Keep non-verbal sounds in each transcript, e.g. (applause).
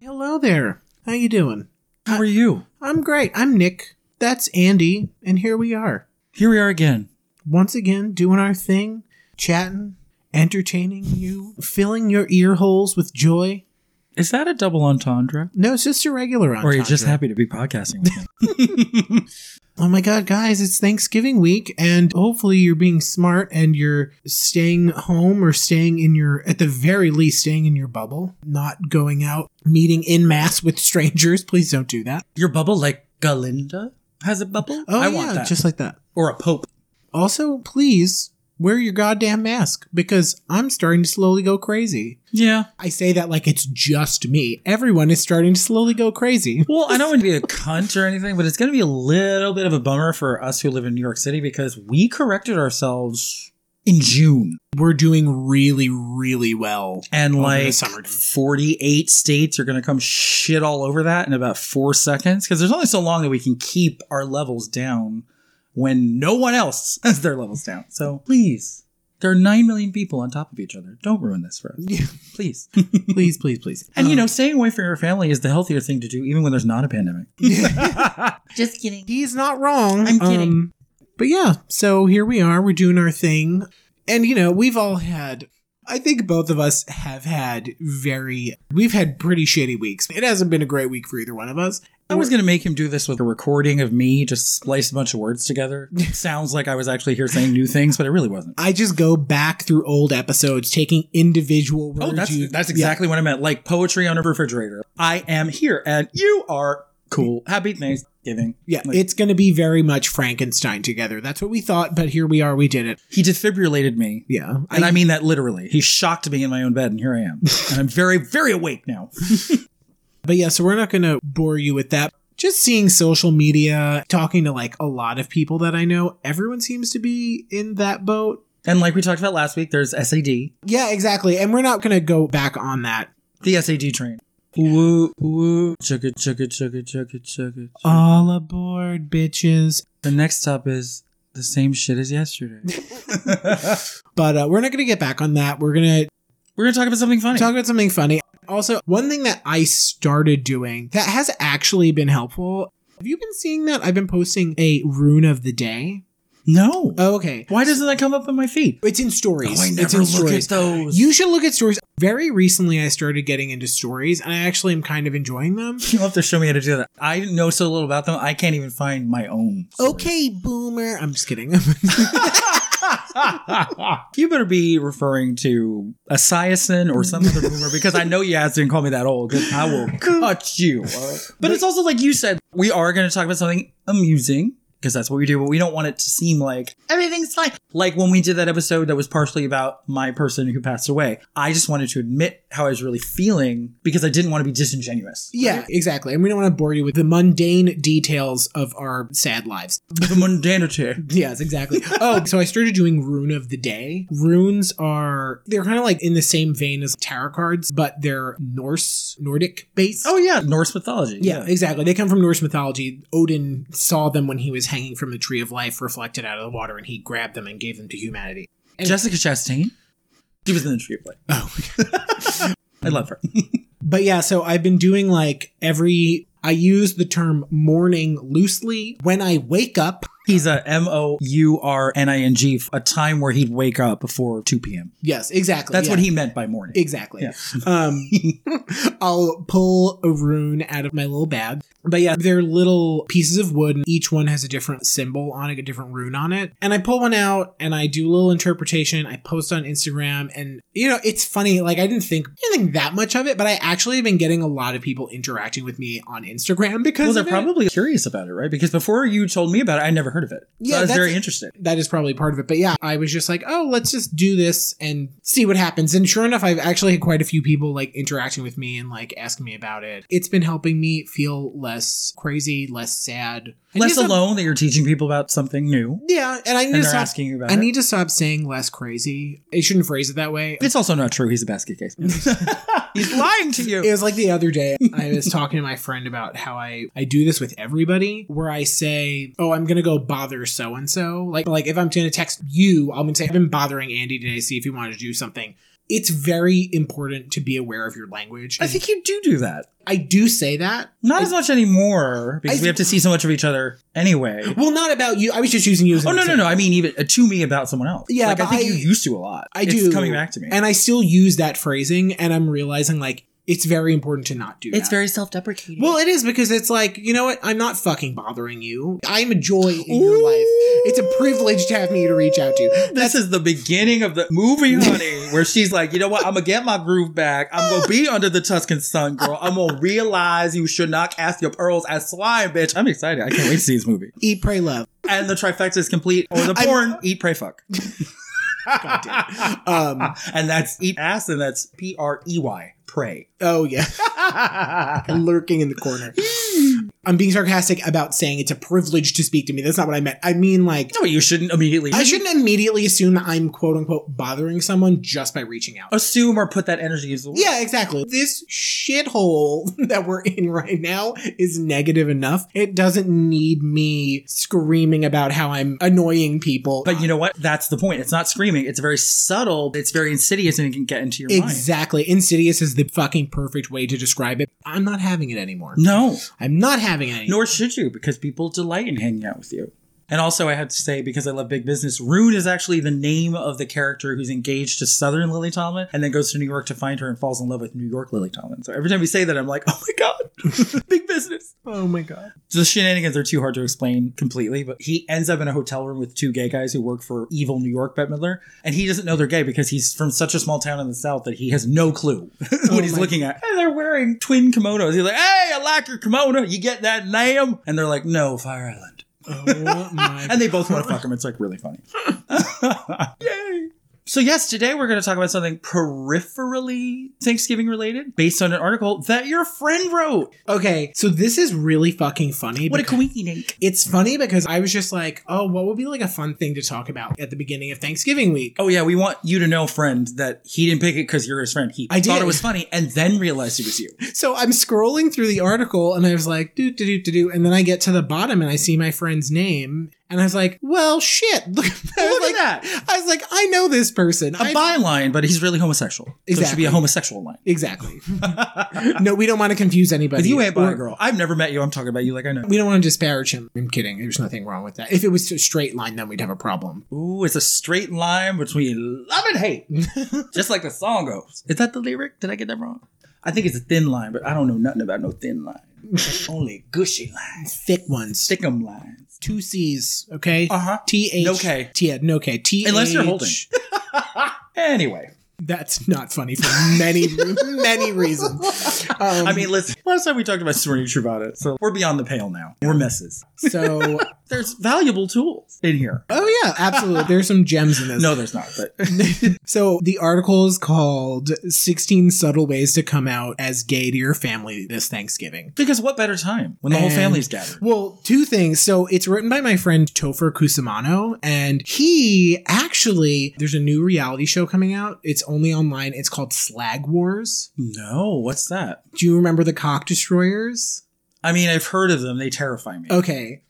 Hello there. How you doing? How are you? I'm great. I'm Nick. That's Andy, and here we are. Here we are again. Once again, doing our thing, chatting, entertaining you, filling your ear holes with joy. Is that a double entendre? No, it's just a regular on Or are you just happy to be podcasting with me? Oh my god, guys, it's Thanksgiving week and hopefully you're being smart and you're staying home or staying in your at the very least staying in your bubble, not going out meeting in mass with strangers. (laughs) Please don't do that. (laughs) Your bubble, like Galinda has a bubble? Oh I yeah, want that. just like that. or a pope. Also, please wear your goddamn mask because I'm starting to slowly go crazy. Yeah. I say that like it's just me. Everyone is starting to slowly go crazy. (laughs) Well, I don't want to be a cunt or anything, but it's going to be a little bit of a bummer for us who live in New York City because we corrected ourselves in June. We're doing really, really (laughs) well. And Over the like summer. 48 states are going to come shit all over that in about four seconds because there's only so long that we can keep our levels down when no one else (laughs) has their levels down. So please, there are 9 million people on top of each other. Don't ruin this for us. Yeah. (laughs) Please. please, please, please. And you Um, know, staying away from your family is the healthier thing to do, even when there's not (laughs) a pandemic. Just kidding. He's not wrong. I'm kidding. Um, but yeah, so here we are. We're doing our thing. And, you know, we've all had, I think both of us have had very, we've had pretty shitty weeks. It hasn't been a great week for either one of us. I was going to make him do this with a recording of me, just slice a bunch of words together. (laughs) Sounds like I was actually here saying new things, but it really wasn't. I just go back through old episodes, taking individual words. Oh, that's you- that's Yeah. exactly what I meant. Like poetry on a refrigerator. I am here, and you are cool. Happy Thanksgiving. Yeah, Like- it's going to be very much Frankenstein together. That's what we thought, but here we are. We did it. He defibrillated me, Yeah. and I, mean that literally. He shocked me in my own bed, and here I am, and I'm very, very awake now. But yeah, so we're not going to bore you with that. Just seeing social media, talking to like a lot of people that I know, everyone seems to be in that boat. And like we talked about last week, there's SAD, Yeah, exactly. And we're not going to go back on that. the SAD train. Woo woo, chugga chugga chugga chugga chugga. chugga. All aboard, bitches. The next stop is the same shit as yesterday. (laughs) But uh, we're not going to get back on that. We're going We're gonna talk about something funny. to talk about something funny. Also, one thing that I started doing that has actually been helpful. Have you been seeing that? I've been posting a rune of the day. no, Oh, okay. why doesn't that come up in my feed? It's in stories. Oh, it's in stories. those. You should look at stories. Very recently, I started getting into stories, and I actually am kind of enjoying them. (laughs) You'll have to show me how to do that. I know so little about them, I can't even find my own. stories. Okay, boomer. I'm just (laughs) kidding. (laughs) you better be referring to a Siasen or some (laughs) other rumor because I know you guys didn't call me that old because I will cut you. all right? But it's also like you said, we are going to talk about something amusing because that's what we do, but we don't want it to seem like everything's fine. Like when we did that episode that was partially about my person who passed away, I just wanted to admit how I was really feeling because I didn't want to be disingenuous. yeah, exactly. And we don't want to bore you with the mundane details of our sad lives. (laughs) The mundanity. Yes, (laughs) exactly. oh, so I started doing Rune of the Day. Runes are, they're kind of like in the same vein as tarot cards, but they're Norse, Nordic based. Oh, yeah. Norse mythology. Yeah, exactly. They come from Norse mythology. Odin saw them when he was hanging from the tree of life, reflected out of the water, and he grabbed them and gave them to humanity. And- Jessica Chastain. She was in the tree play. Oh. (laughs) I love her. But yeah, so I've been doing like every I use the term morning loosely when I wake up. He's a M O U R N I N G, a time where he'd wake up before 2 p.m. Yes, exactly. That's yeah. what he meant by morning. Exactly. Yeah. (laughs) Um (laughs) I'll pull a rune out of my little bag. But yeah, they're little pieces of wood and each one has a different symbol on it, a different rune on it. And I pull one out and I do a little interpretation. I post on Instagram and you know, it's funny, like I didn't think I didn't think that much of it, but I actually have been getting a lot of people interacting with me on Instagram because Well, they're of it. probably curious about it, right? Because before you told me about it, I never heard of it. Yeah, so I was that's- very interested. that is probably part of it. But yeah, I was just like, oh, let's just do this and see what happens. And sure enough, I've actually had quite a few people like interacting with me and like asking me about it. It's been helping me feel less crazy, less sad, and Less just- alone that you're teaching people about something new Yeah, and I need and to they're stop. asking you about I it. need to stop saying less crazy. I shouldn't phrase it that way. it's also not true. He's a (laughs) basket case. He's lying to you. It was like the other day I was talking to my friend about how I I do this with everybody where I say, "Oh, I'm going to go bother so and so." Like like if I'm going to text you, I'm going to say, "I've been bothering Andy today, see if you wanted to do something." It's very important to be aware of your language. I think you do do that. I do say that. Not as much anymore because I we have to see so much of each other anyway. Well, not about you. I was just using you as an Oh no no example. no! I mean even uh, to me about someone else. Yeah, like, I but think I- you used to a lot. I It's do. coming back to me. And I still use that phrasing, and I'm realizing like it's very important to not do it's that. very self-deprecating. well, it is because it's like you know what? I'm not fucking bothering you. I'm a joy in your life. It's a privilege to have me to reach out to. you. This is the beginning of the (laughs) movie, honey, where she's like, you know what? I'm gonna get my groove back. I'm gonna be under the Tuscan sun, girl. I'm gonna realize you should not cast your pearls as swine, bitch. I'm excited. I can't wait to see this movie. Eat, pray, love. And the trifecta is complete, or the I'm- porn, eat, pray, fuck. God damn. Um. and that's eat ass, and that's P R E Y, pray. Oh yeah. lurking in the corner. I'm being sarcastic about saying it's a privilege to speak to me. That's not what I meant. I mean, like, No, you shouldn't immediately I shouldn't immediately assume that I'm quote unquote bothering someone just by reaching out. assume or put that energy into the world. Yeah, exactly. This shithole (laughs) that we're in right now is negative enough. It doesn't need me screaming about how I'm annoying people. But you know what? That's the point. It's not screaming. It's very subtle. It's very insidious, and it can get into your Exactly. Insidious is the fucking perfect way to describe it. I'm not having it anymore. mind. No, I'm not having it anymore. nor should you, because people delight in hanging out with you. And also, I have to say, because I love big business, Rune is actually the name of the character who's engaged to Southern Lily Tomlin, and then goes to New York to find her and falls in love with New York Lily Tomlin. So every time we say that, I'm like, oh my god, (laughs) big business. Oh my god. The shenanigans are too hard to explain completely, but he ends up in a hotel room with two gay guys who work for evil New York Bette Midler, and he doesn't know they're gay because he's from such a small town in the South that he has no clue (laughs) what Oh he's my- looking at. And they're wearing twin kimonos. He's like, "Hey, I like your kimono. You get that name?" And they're like, "No, Fire Island." Oh my (laughs) And they both want to fuck him. It's like really funny. (laughs) Yay! So yes, today we're going to talk about something peripherally Thanksgiving related, based on an article that your friend wrote. Okay, so this is really fucking funny. What a because- coincidence! It's funny because I was just like, oh, what would be like a fun thing to talk about at the beginning of Thanksgiving week? Oh yeah, we want you to know, friend, that he didn't pick it because you're his friend. He I thought did. it was funny and then realized it was you. So I'm scrolling through the article and I was like, do, do, do, do, do. And then I get to the bottom and I see my friend's name. And I was like, well, shit. (laughs) Look, I was Look like, at that. I was like, I know this person. A I- byline, but he's really homosexual. So it should Exactly. be a (laughs) homosexual line. exactly. (laughs) no, we don't want to confuse anybody. But you ain't bi We're- girl. I've never met you. I'm talking about you like I know. We don't want to disparage him. I'm kidding. There's nothing wrong with that. If it was a straight line, then we'd have a problem. Ooh, it's a straight line between love (laughs) and hate. Just like the song goes. Is that the lyric? Did I get that wrong? I think it's a thin line, but I don't know nothing about no (laughs) thin line. Only gushy lines. Thick ones. Stick 'em lines. Two C's, okay? Uh-huh. T H. No K. T- yeah, no K. T Unless you're H- holding. Anyway. (laughs) That's not funny for many, (laughs) many reasons. Um, I mean, listen, last time we talked about Stormy Truvada, so we're beyond the pale now. We're misses. so There's valuable tools in here. oh yeah, absolutely. There's some gems in this. No, there's not, but (laughs) So the article is called "16 Subtle Ways to Come Out as Gay to Your Family This Thanksgiving." because what better time when the whole And- family's gathered? Well, two things. So it's written by my friend Topher Kusamano, and he actually there's a new reality show coming out. It's only online. It's called Slag Wars. No, what's that? Do you remember the Cock Destroyers? I mean, I've heard of them. They terrify Oh. me. (laughs) Okay.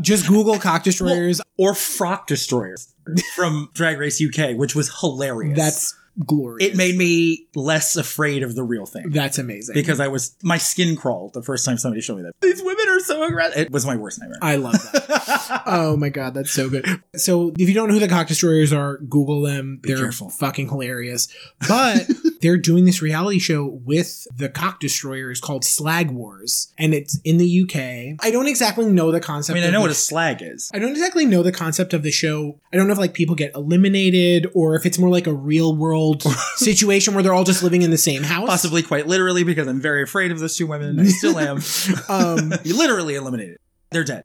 Just Google cock destroyers. Or frock destroyers from Drag Race UK, which was hilarious. That's glorious. it made me less afraid of the real thing. That's amazing. because I was my skin crawled the first time somebody showed me that. These women are so aggressive. It was my worst nightmare. (laughs) I love that. oh my god, that's so good. So if you don't know who the cock destroyers are, Google them. Be they're careful. fucking hilarious. (laughs) But they're doing this reality show with the cock destroyers called Slag Wars, and it's in the UK. I don't exactly know the I concept. mean, I of know the- what a slag is. I don't exactly know the concept of the show. I don't know if like people get eliminated or if it's more like a real (laughs) world situation where they're all just living in the same house. Possibly quite literally, because I'm very afraid of those two women. and I still am. Um, you literally eliminated. They're dead.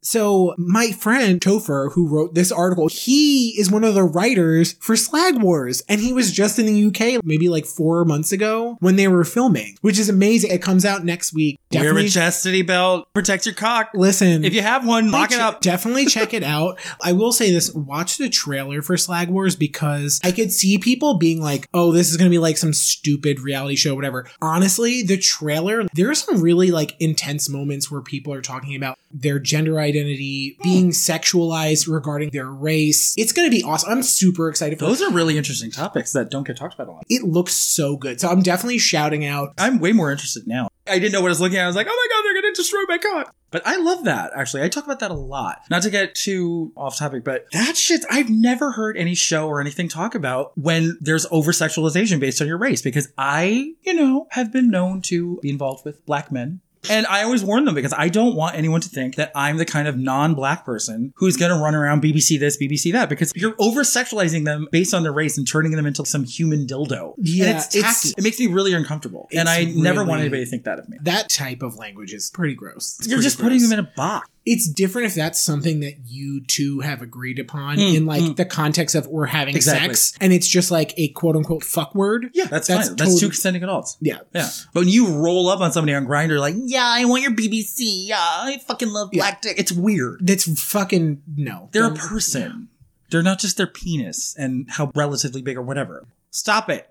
So my friend Topher, who wrote this article, he is one of the writers for Slag Wars, and he was just in the UK maybe like four months ago when they were filming, which is amazing. It comes out next week. Wear a Definitely chastity belt. Protect your cock. listen. If you have one, lock it definitely up. che- (laughs) Definitely check it out. I will say this watch the trailer for Slag Wars because I could see people being like, oh, this is going to be like some stupid reality show, whatever. Honestly, the trailer, there are some really like intense moments where people are talking about their gender identity, being sexualized regarding their race. It's going to be awesome. I'm super excited for Those are really interesting topics that don't get talked about a lot. it. It looks so good. So I'm definitely shouting out. I'm way more interested now. I didn't know what I was looking at. I was like, oh my god, they're gonna destroy my car. But I love that actually. I talk about that a lot. Not to get too off topic, but that shit I've never heard any show or anything talk about when there's over sexualization based on your race because I, you know, have been known to be involved with black men. And I always warn them because I don't want anyone to think that I'm the kind of non-black person who's going to run around BBC this, BBC that, because you're over sexualizing them based on their race and turning them into some human dildo. Yeah, and it's it's- tacky. it makes me really uncomfortable, and It's I never want really- anybody to think that of me. That type of language is pretty gross. It's You're pretty just putting gross. them in a box. It's different if that's something that you two have agreed upon Mm, in like mm. the context of we're having Exactly. sex and it's just like a quote unquote fuck word. Yeah, that's, that's fine. That's two totally- consenting adults. Yeah. Yeah, but when you roll up on somebody on Grinder, like, yeah, I want your BBC. Yeah, I fucking love Yeah. black dick. It's weird. That's fucking no. They're a person. They're not just their penis and how relatively big or whatever. Stop it.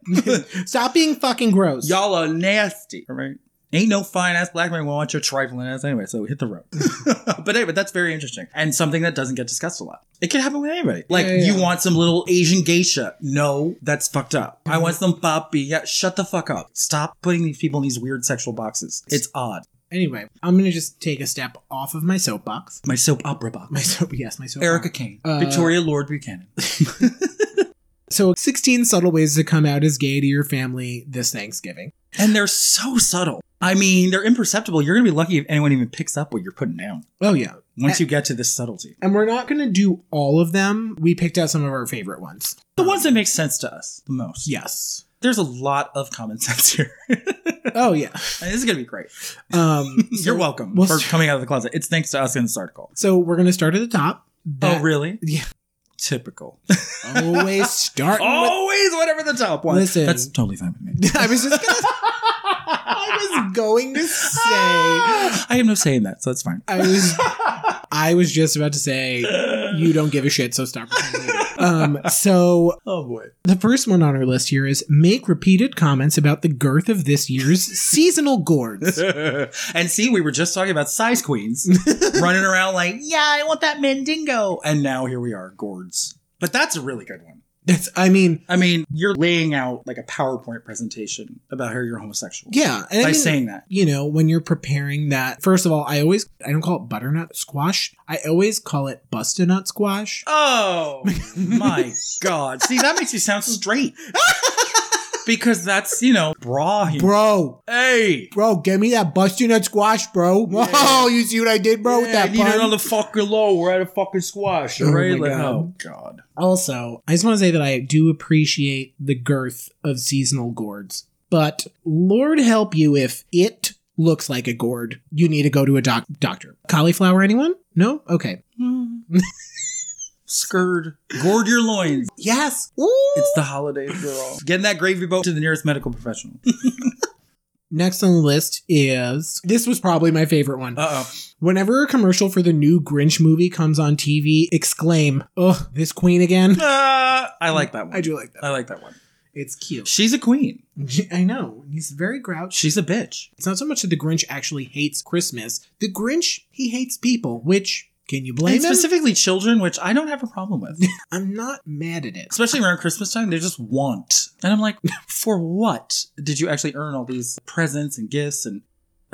Stop being fucking gross. Y'all are nasty. All right. Ain't no fine ass black man will want your trifling ass anyway, so hit (laughs) the road. but anyway, that's very interesting and something that doesn't get discussed a lot. It can happen with anybody. Like, Yeah, yeah, you yeah. want some little Asian geisha. No, that's fucked up. I want some poppy. Yeah, shut the fuck up. Stop putting these people in these weird sexual boxes. It's odd. Anyway, I'm gonna just take a step off of my soapbox. My soap opera box. My soap, (laughs) yes, my soap. Erica Kane. Uh, Victoria (laughs) Lord Buchanan. So, 16 subtle ways to come out as gay to your family this Thanksgiving. and they're so subtle. I mean, they're imperceptible. You're going to be lucky if anyone even picks up what you're putting down Oh yeah, once you get to this subtlety. and we're not gonna do all of them. We picked out some of our favorite ones. The ones that make sense to us the most. Yes. There's a lot of common (laughs) sense here. And Oh yeah. this is going to be great. Um, so- (laughs) You're welcome we'll for start- coming out of the closet. It's thanks to us in this article. So we're gonna start at the top. oh, That- really? Yeah. Typical. (laughs) (laughs) Always start. Always whatever the top one. Listen. That's totally fine with me. (laughs) with- I was just (laughs) gonna. I was going to say. I have no say in that, so that's fine. I was. I was just about to say. (laughs) You don't give a shit, so stop. pretending you do. Um, so oh, boy. (laughs) The first one on our list here is make repeated comments about the girth of this year's seasonal gourds. and see, we were just talking about (laughs) size queens running around like, yeah, I want that Mandingo. And now here we are, gourds. But that's a really good one. That's, I mean, I mean, you're laying out like a PowerPoint presentation about how you're homosexual. yeah. And By I mean, saying that. you know, when you're preparing that, first of all, I always, I don't call it butternut squash. I always call it bustinut squash. (laughs) Oh my God. See, that makes you sound straight. because that's, you know, bra humor. Bro, Hey. bro, give me that bustinut squash, bro. (laughs) Yeah. Whoa, you see what I did, bro, with Yeah, that need pun? it on the fucking low. We're at a fucking squash. Oh right? my Like, God. oh, God. also, I just want to say that I do appreciate the girth of seasonal gourds, but Lord help you if it looks like a gourd. You need to go to a doc- doctor. Cauliflower, anyone? No? Okay. (laughs) Scurred. Gourd your loins. Yes. Ooh. It's the holidays, girl. Getting that gravy boat to the nearest medical (laughs) professional. Next on the list is this was probably my favorite one. Uh oh. Whenever a commercial for the new Grinch movie comes on TV, exclaim, "Oh, this queen again!" Uh, I like that one. I do like that. I like that one. It's cute. She's a queen. I know. He's very grouchy. She's a bitch. It's not so much that the Grinch actually hates Christmas. The Grinch, he hates people, which can you blame And him? specifically children, which I don't have a problem with. I'm not mad at it. Especially around Christmas time, they just want. And I'm like, (laughs) for what did you actually earn all these presents and gifts and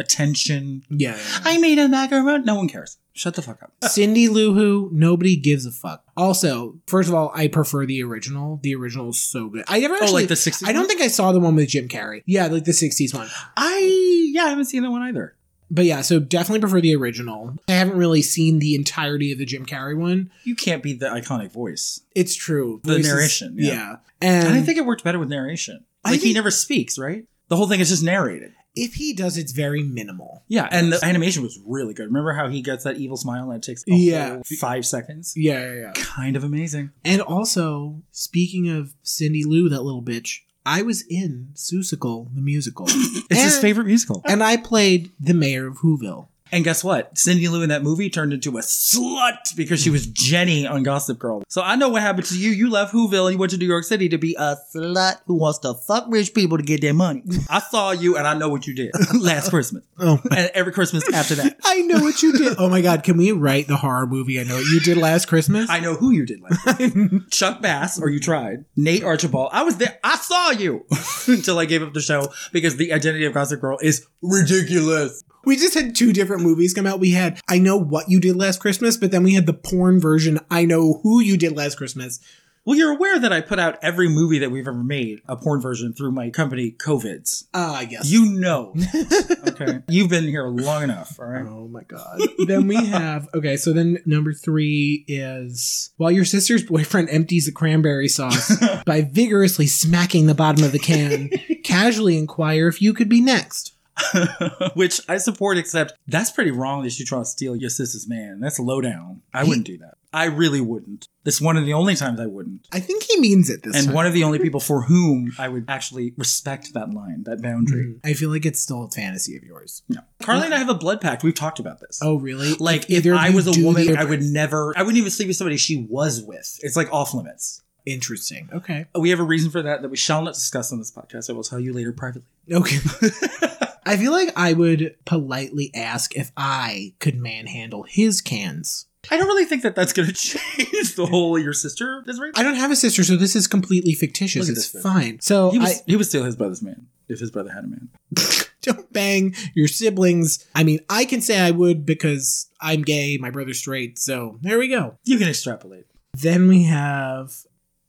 attention? Yeah. yeah, yeah. I made a macaron. No one cares. Shut the fuck up. Cindy Lou Who, nobody gives a fuck. Also, first of all, I prefer the original. The original is so good. I never actually. oh, like the 60s? I don't think I saw the one with Jim Carrey. Yeah, like the 60s one. I, yeah, I haven't seen that one either. But yeah, so definitely prefer the original. I haven't really seen the entirety of the Jim Carrey one. You can't beat the iconic voice. It's true. The Voices- narration, yeah. And, And I think it worked better with narration. Mm. I Like he think- never speaks, right? The whole thing is just narrated. if he does, it's very minimal. Yeah, and the animation was really good. Remember how he gets that evil smile and it takes a Yeah. whole five seconds? Yeah, yeah, yeah. Kind of amazing. And also, speaking of Cindy Lou, that little bitch, I was in Seussical, the musical, It's his And- favorite musical. and I played the mayor of Whoville. And guess what? Cindy Lou in that movie turned into a slut because she was Jenny on Gossip Girl. So I know what happened to you. You left Whoville and you went to New York City to be a slut who wants to fuck rich people to get their money. I saw you and I know what you did (laughs) last Christmas Oh. and every Christmas after that. I know what you did. Oh my god, can we write the horror movie I know what you did last Christmas? I know who you did last Christmas. Chuck Bass, or you tried. Nate Archibald. I was there. I saw you (laughs) until I gave up the show because the identity of Gossip Girl is ridiculous. We just had two different movies come out. We had I Know What You Did Last Christmas, but then we had the porn version I Know Who You Did Last Christmas. Well, you're aware that I put out every movie that we've ever made a porn version through my company, COVID's. Ah, I guess. You (laughs) know. Okay. You've been here long enough. All right. Oh my god. then we have okay, so then number three is While Your Sister's Boyfriend Empties the Cranberry (laughs) Sauce by vigorously smacking the bottom of the can, casually inquire if you could be next. (laughs) Which I support, except that's pretty wrong that you try to steal your sister's man. That's low down. I wouldn't do that. I really wouldn't. That's one of the only times I wouldn't. I think he means it this and time. one of the only people for whom I would actually respect that line, that boundary. Mhm. I feel like it's still a fantasy of yours. No. Carly and I have a blood pact. We've talked about this. Oh really? like if either of I you was a do woman, the- I would never, I wouldn't even sleep with somebody she was with. It's like off limits. Interesting. Okay. We have a reason for that that we shall not discuss on this podcast. I will tell you later privately. (laughs) Okay. (laughs) I feel like I would politely ask if I could manhandle his cans. I don't really think that that's going to (laughs) change the whole your sister is right. I don't have a sister, so this is completely fictitious. Look at It's this, though. fine. So He was I he would steal his brother's man if his brother had a man. (laughs) don't bang your siblings. I mean, I can say I would because I'm gay, my brother's straight, so there we go. You can extrapolate. Then we have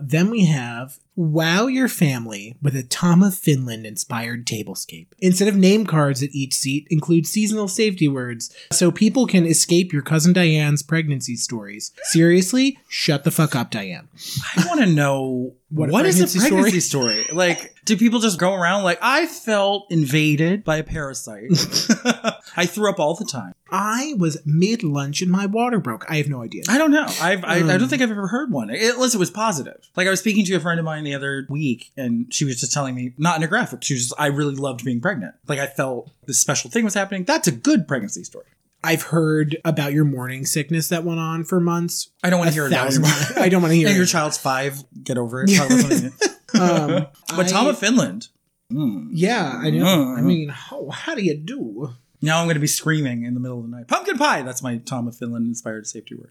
then we have wow your family with a Tom of Finland inspired tablescape. Instead of name cards at each seat, include seasonal safety words so people can escape your cousin Diane's pregnancy stories. Seriously, shut the fuck up, Diane. I want to know What (laughs) what, a what is pregnancy a story? pregnancy story? Like, do people just go around like I felt invaded by a (laughs) parasite? I threw up all the time. I was mid lunch and my water broke. I have no idea. I don't know. I've, I, I Mm. don't think I've ever heard one it, unless it was positive. Like I was speaking to a friend of mine the other week, and she was just telling me not in a graphic. She was just I really loved being pregnant. Like I felt this special thing was happening. That's a good pregnancy story. I've heard about your morning sickness that went on for months. I don't want A to hear it now (laughs) thousand- anymore. (laughs) I don't want to hear And your it. child's five. Get (laughs) over it. Talk about something new. (laughs) Um, but I- Tom of Finland. Mm. Yeah, I know. Mm. I mean, how, how do you do? (laughs) Now I'm going to be screaming in the middle of the night. Pumpkin pie. That's my Tom of Finland inspired safety word.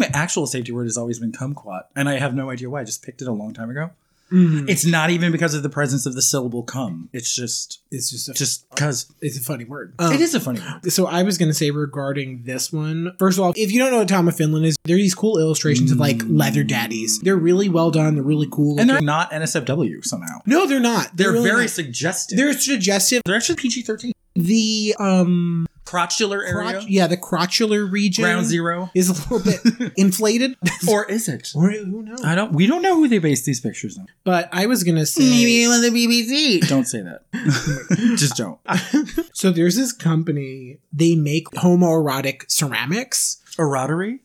My actual safety word has always been kumquat, and I have no idea why. I just picked it a long time ago. Mhm. It's not even because of the presence of the syllable cum. It's just It's just a, just because it's a funny word. Um, it is a funny word. So I was going to say regarding this one, first of all, if you don't know what Tom of Finland is, there are these cool illustrations of like leather daddies. They're really well done. They're really cool. Mm. And they're looking. not NSFW somehow. no, they're not. They're really very not. suggestive. They're, They're suggestive. actually PG 13. The um, Crotchular area. crotch, yeah, the crotchular region (laughs) Ground zero. is a little bit (laughs) inflated, (laughs) or is it? or who knows? I don't. We don't know who they base these pictures on. But I was gonna say on the BBC. Don't (laughs) say that. just don't. So there's this company, they make homoerotic (laughs) ceramics. Erotery.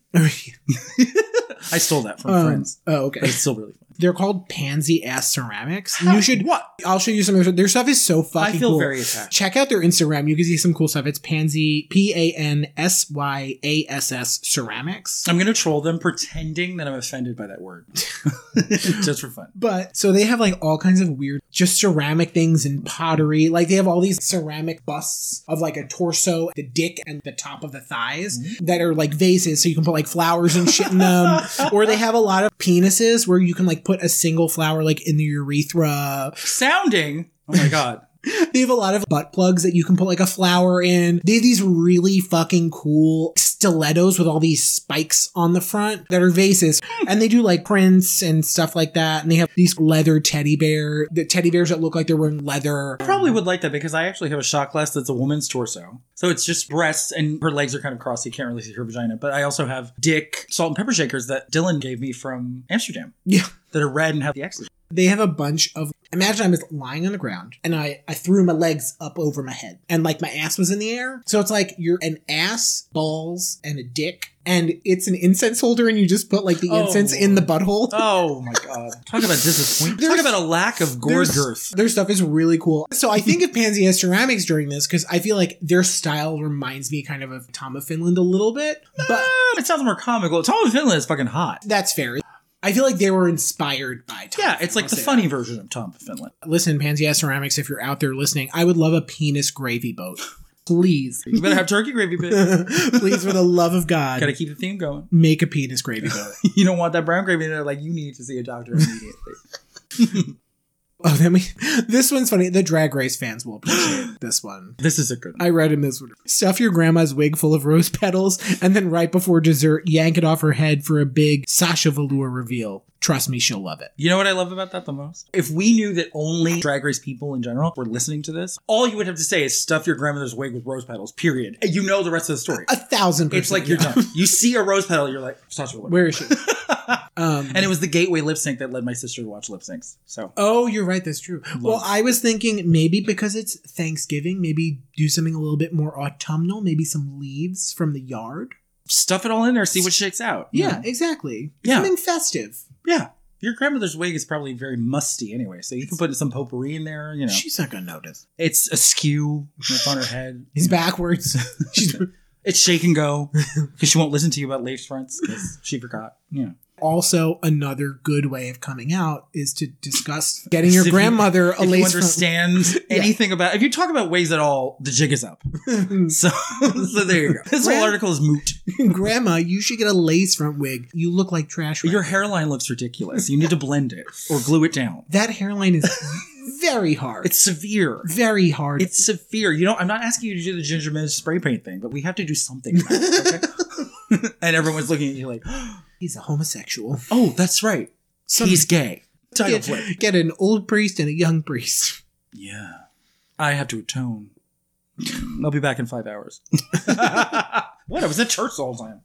I stole that from Um, friends. Oh, But (laughs) okay. it's still really fun. They're called pansy ass ceramics. You should What? I'll show you some of their, their stuff is so fucking I feel cool. very attacked. Check out their Instagram. You can see some cool stuff. It's pansy P A N S Y A S S ceramics. I'm gonna troll them pretending that I'm offended by that (laughs) word, just for fun. But so they have like all kinds of weird, just ceramic things and pottery. Like they have all these ceramic busts of like a torso, the dick, and the top of the thighs that are like vases. So you can put like flowers and shit in them. or they have a lot of penises where you can like put a single flower like in the urethra. Sounding. Oh my god. They have a lot of butt plugs that you can put like a flower in. They have these really fucking cool stilettos with all these spikes on the front that are vases. And they do like prints and stuff like that. And they have these leather teddy bear, the teddy bears that look like they're wearing leather. I probably would like that because I actually have a shot glass that's a woman's torso. So it's just breasts and her legs are kind of crossed. You can't really see her vagina. But I also have dick salt and pepper shakers that Dylan gave me from Amsterdam Yeah. that are red and have the X's. They have a bunch of. Imagine I was lying on the ground and I, I threw my legs up over my head and like my ass was in the air. So it's like you're an ass, balls, and a dick. And it's an incense holder and you just put like the Oh. incense in the (laughs) butthole. Oh my god! Talk about disappointment. Talk There's- about a lack of gore There's- girth. Their stuff is really cool. So I think of Pansy as ceramics during this because I feel like their style reminds me kind of of Tom of Finland a little bit, but Um, it sounds more comical. Tom Finland is fucking hot. that's fair. I feel like they were inspired by Tom. Yeah, of it's Finland, like I'll the say funny version of Tom Finland. that. Listen, Pansy as ceramics, if you're out there listening, I would love a penis gravy boat. Please. (laughs) You better have turkey gravy, (laughs) but Please, for the love of God, gotta keep the theme (laughs) going. make a penis gravy boat. You don't want that brown gravy in there. Like you need to see a doctor immediately. Oh, then we, this one's funny. The drag race fans will appreciate this one. (laughs) this is a good. One. I read him this one. Stuff your grandma's wig full of rose petals, and then right before dessert, yank it off her head for a big Sasha Velour reveal. Trust me, she'll love it. You know what I love about that the most? If we knew that only drag race people in general were listening to this, all you would have to say is stuff your grandmother's wig with rose petals. Period. And You know the rest of the (laughs) story. A thousand percent. It's like you're done. You see a rose petal, you're like, Sasha Velour. Where is (laughs) she? um, And it was the gateway lip sync that led my sister to watch lip syncs. So Oh, you're right. That's true. well, it. I was thinking maybe because it's Thanksgiving, maybe do something a little bit more autumnal, maybe some leaves from the yard. stuff it all in there, see what shakes out. you Yeah, know? exactly. Yeah. Something festive. Yeah. Your grandmother's wig is probably very musty anyway, so you can put some potpourri in there, you know. She's not going to notice. it's askew and it's on (laughs) her head. He's (laughs) backwards. She's, It's shake (laughs) and go because she won't listen to you about lace fronts because she forgot. Yeah. also, another good way of coming out is to (laughs) discuss getting If your you- grandmother a If you lace front- understand (laughs) Yeah. anything about, if you talk about ways at all, the jig is up. (laughs) So, so there you go. This whole Grand- article is moot. (laughs) Grandma, you should get a lace front wig. You look like trash. right Your now. hairline looks ridiculous. You need to blend it or glue it down. that hairline (laughs) is very hard. It's severe. very hard. It's severe. You know, I'm not asking you to do the ginger minge spray paint thing, but we have to do something. About it, (laughs) okay? (laughs) and everyone's looking at you like, He's a homosexual. oh, that's right. Some- He's gay. Title flip. (laughs) get, get an old priest and a young priest. (laughs) Yeah. I have to (laughs) atone. I'll be back in five (laughs) hours. what? I was at church the whole time.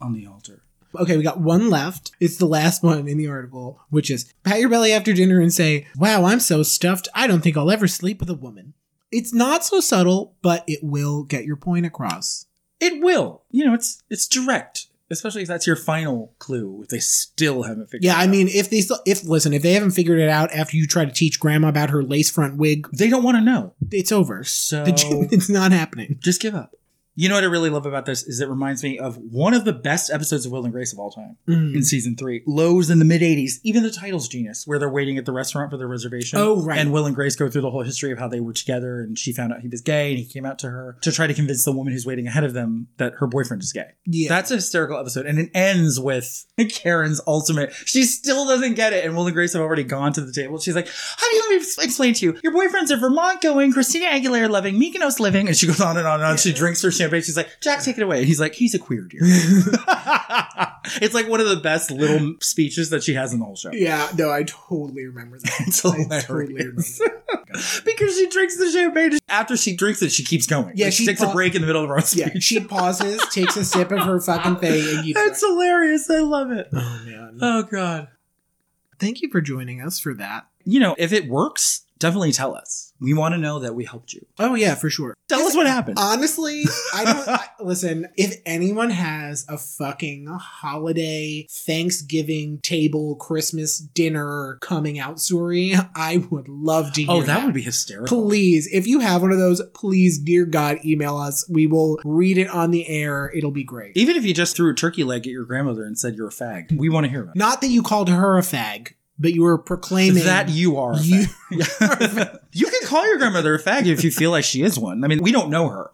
On the altar. Okay, we got one left. It's the last one in the article, which is pat your belly after dinner and say, Wow, I'm so stuffed. I don't think I'll ever sleep with a woman. It's not so subtle, but it will get your point across. It will. You know, it's it's direct. Especially if that's your final clue, if they still haven't figured it Yeah, I out. mean, if they still, if, listen, if they haven't figured it out after you try to teach grandma about her lace front wig, they don't want to know. it's over. (laughs) So (laughs) It's not happening. just give up. You know what I really love about this is it reminds me of one of the best episodes of Will and Grace of all time Mm. in season three, Lowe's in the mid '80s, even the titles genius, where they're waiting at the restaurant for their reservation. Oh, right. And Will and Grace go through the whole history of how they were together, and she found out he was gay, and he came out to her to try to convince the woman who's waiting ahead of them that her boyfriend is gay. Yeah. That's a hysterical episode, and it ends with Karen's ultimate. She still doesn't get it, and Will and Grace have already gone to the table. She's like, "Honey, let me ex- explain to you. Your boyfriend's a Vermont going, Christina Aguilera loving, Mykonos living," and she goes on and on and on. She drinks her champagne. She's like, "Jack, take it away." And he's like, "He's a queer, (laughs) dear." it's like one of the best little speeches that she has in the whole show. yeah, no, I totally remember that. (laughs) It's I totally (laughs) remember hilarious. because she drinks the champagne. After she drinks it, she keeps going. Yeah, Like, she, she takes pa- a break in the middle of her own Yeah, speech. she pauses, takes a sip of her fucking thing, and you. (laughs) That's hilarious. I love it. Oh man! Oh god. Thank you for joining us for that. you know, if it works, definitely tell us. We want to know that we helped you. Oh yeah, for sure. Tell us what happened. uh, Honestly, I don't I, listen. If anyone has a fucking holiday, Thanksgiving table, Christmas dinner coming out story, I would love to hear. oh, that would be hysterical. Please, if you have one of those, please, dear God, email us. We will read it on the air. It'll be great. Even if you just threw a turkey leg at your grandmother and said you're a fag, we want to hear about Not that you called her a fag, but you were it. proclaiming That you are. A You- fag. (laughs) you can call your grandmother a fag if you feel like she is one. I mean, we don't (laughs) know her.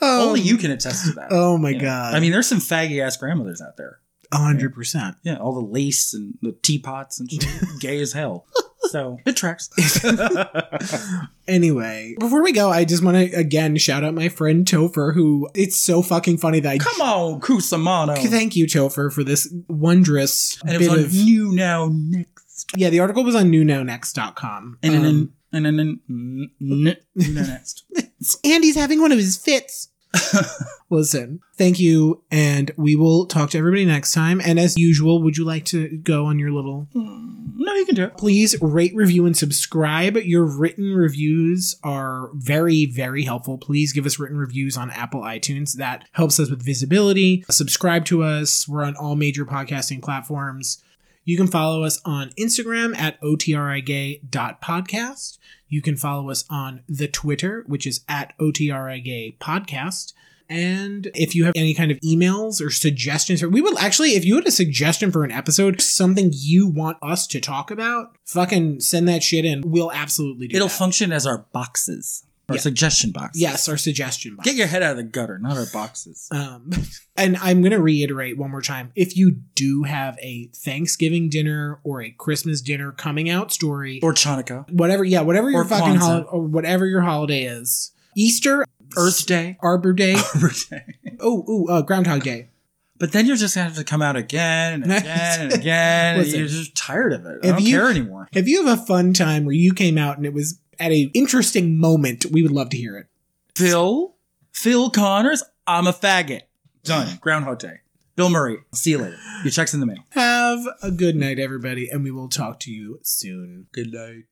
Oh, Only you can attest to that. Oh my You know? god! I mean, there's some faggy ass grandmothers out there. hundred percent. Yeah, all the lace and the teapots (laughs) and shit. Gay as hell. So it tracks. (laughs) Anyway, before we go, I just want to again shout out my friend Topher, who it's so fucking funny that I Come on, Cusimano. thank you Topher for this wondrous Oh. And it bit was on of New Now Next. yeah. The article was on newnownext.com. And Um, then and then and then next. (laughs) Andy's having one of his fits. Listen, thank you, and we will talk to everybody next time. And as usual, would you like to go on your little Mm, No, you can do it. please rate, review, and subscribe. Your written reviews are very, very helpful. Please give us written reviews on Apple iTunes. That helps us with visibility. Subscribe to us. We're on all major podcasting platforms. You can follow us on Instagram at otrigay.podcast. You can follow us on the Twitter, which is at otrigay podcast. And if you have any kind of emails or suggestions, for, we would actually, if you had a suggestion for an episode, something you want us to talk about, fucking send that shit in. We'll absolutely do It'll that. function as our boxes, our Yeah. suggestion boxes. yes, our suggestion box. Get your head out of the gutter, not our boxes. Um, (laughs) and I'm going to reiterate one more time. If you do have a Thanksgiving dinner or a Christmas dinner coming out story, Or Chanukah. whatever, yeah, whatever your Or fucking Kwanzaa. holiday, or whatever your holiday is, Easter, Earth (laughs) Day. Arbor Day, Arbor Day. oh, ooh, uh, Groundhog Day. But then you're just gonna have to come out again and again and again. and (laughs) Listen. you're just tired of it. I If don't you- care anymore. If you have a fun time where you came out and it was at a interesting moment, we would love to hear it. Phil, Phil Connors, I'm a faggot. Done. (laughs) Groundhog Day. Bill Murray. See you later. Your check's in the mail. Have a good night, everybody, and we will talk to you soon. Good night.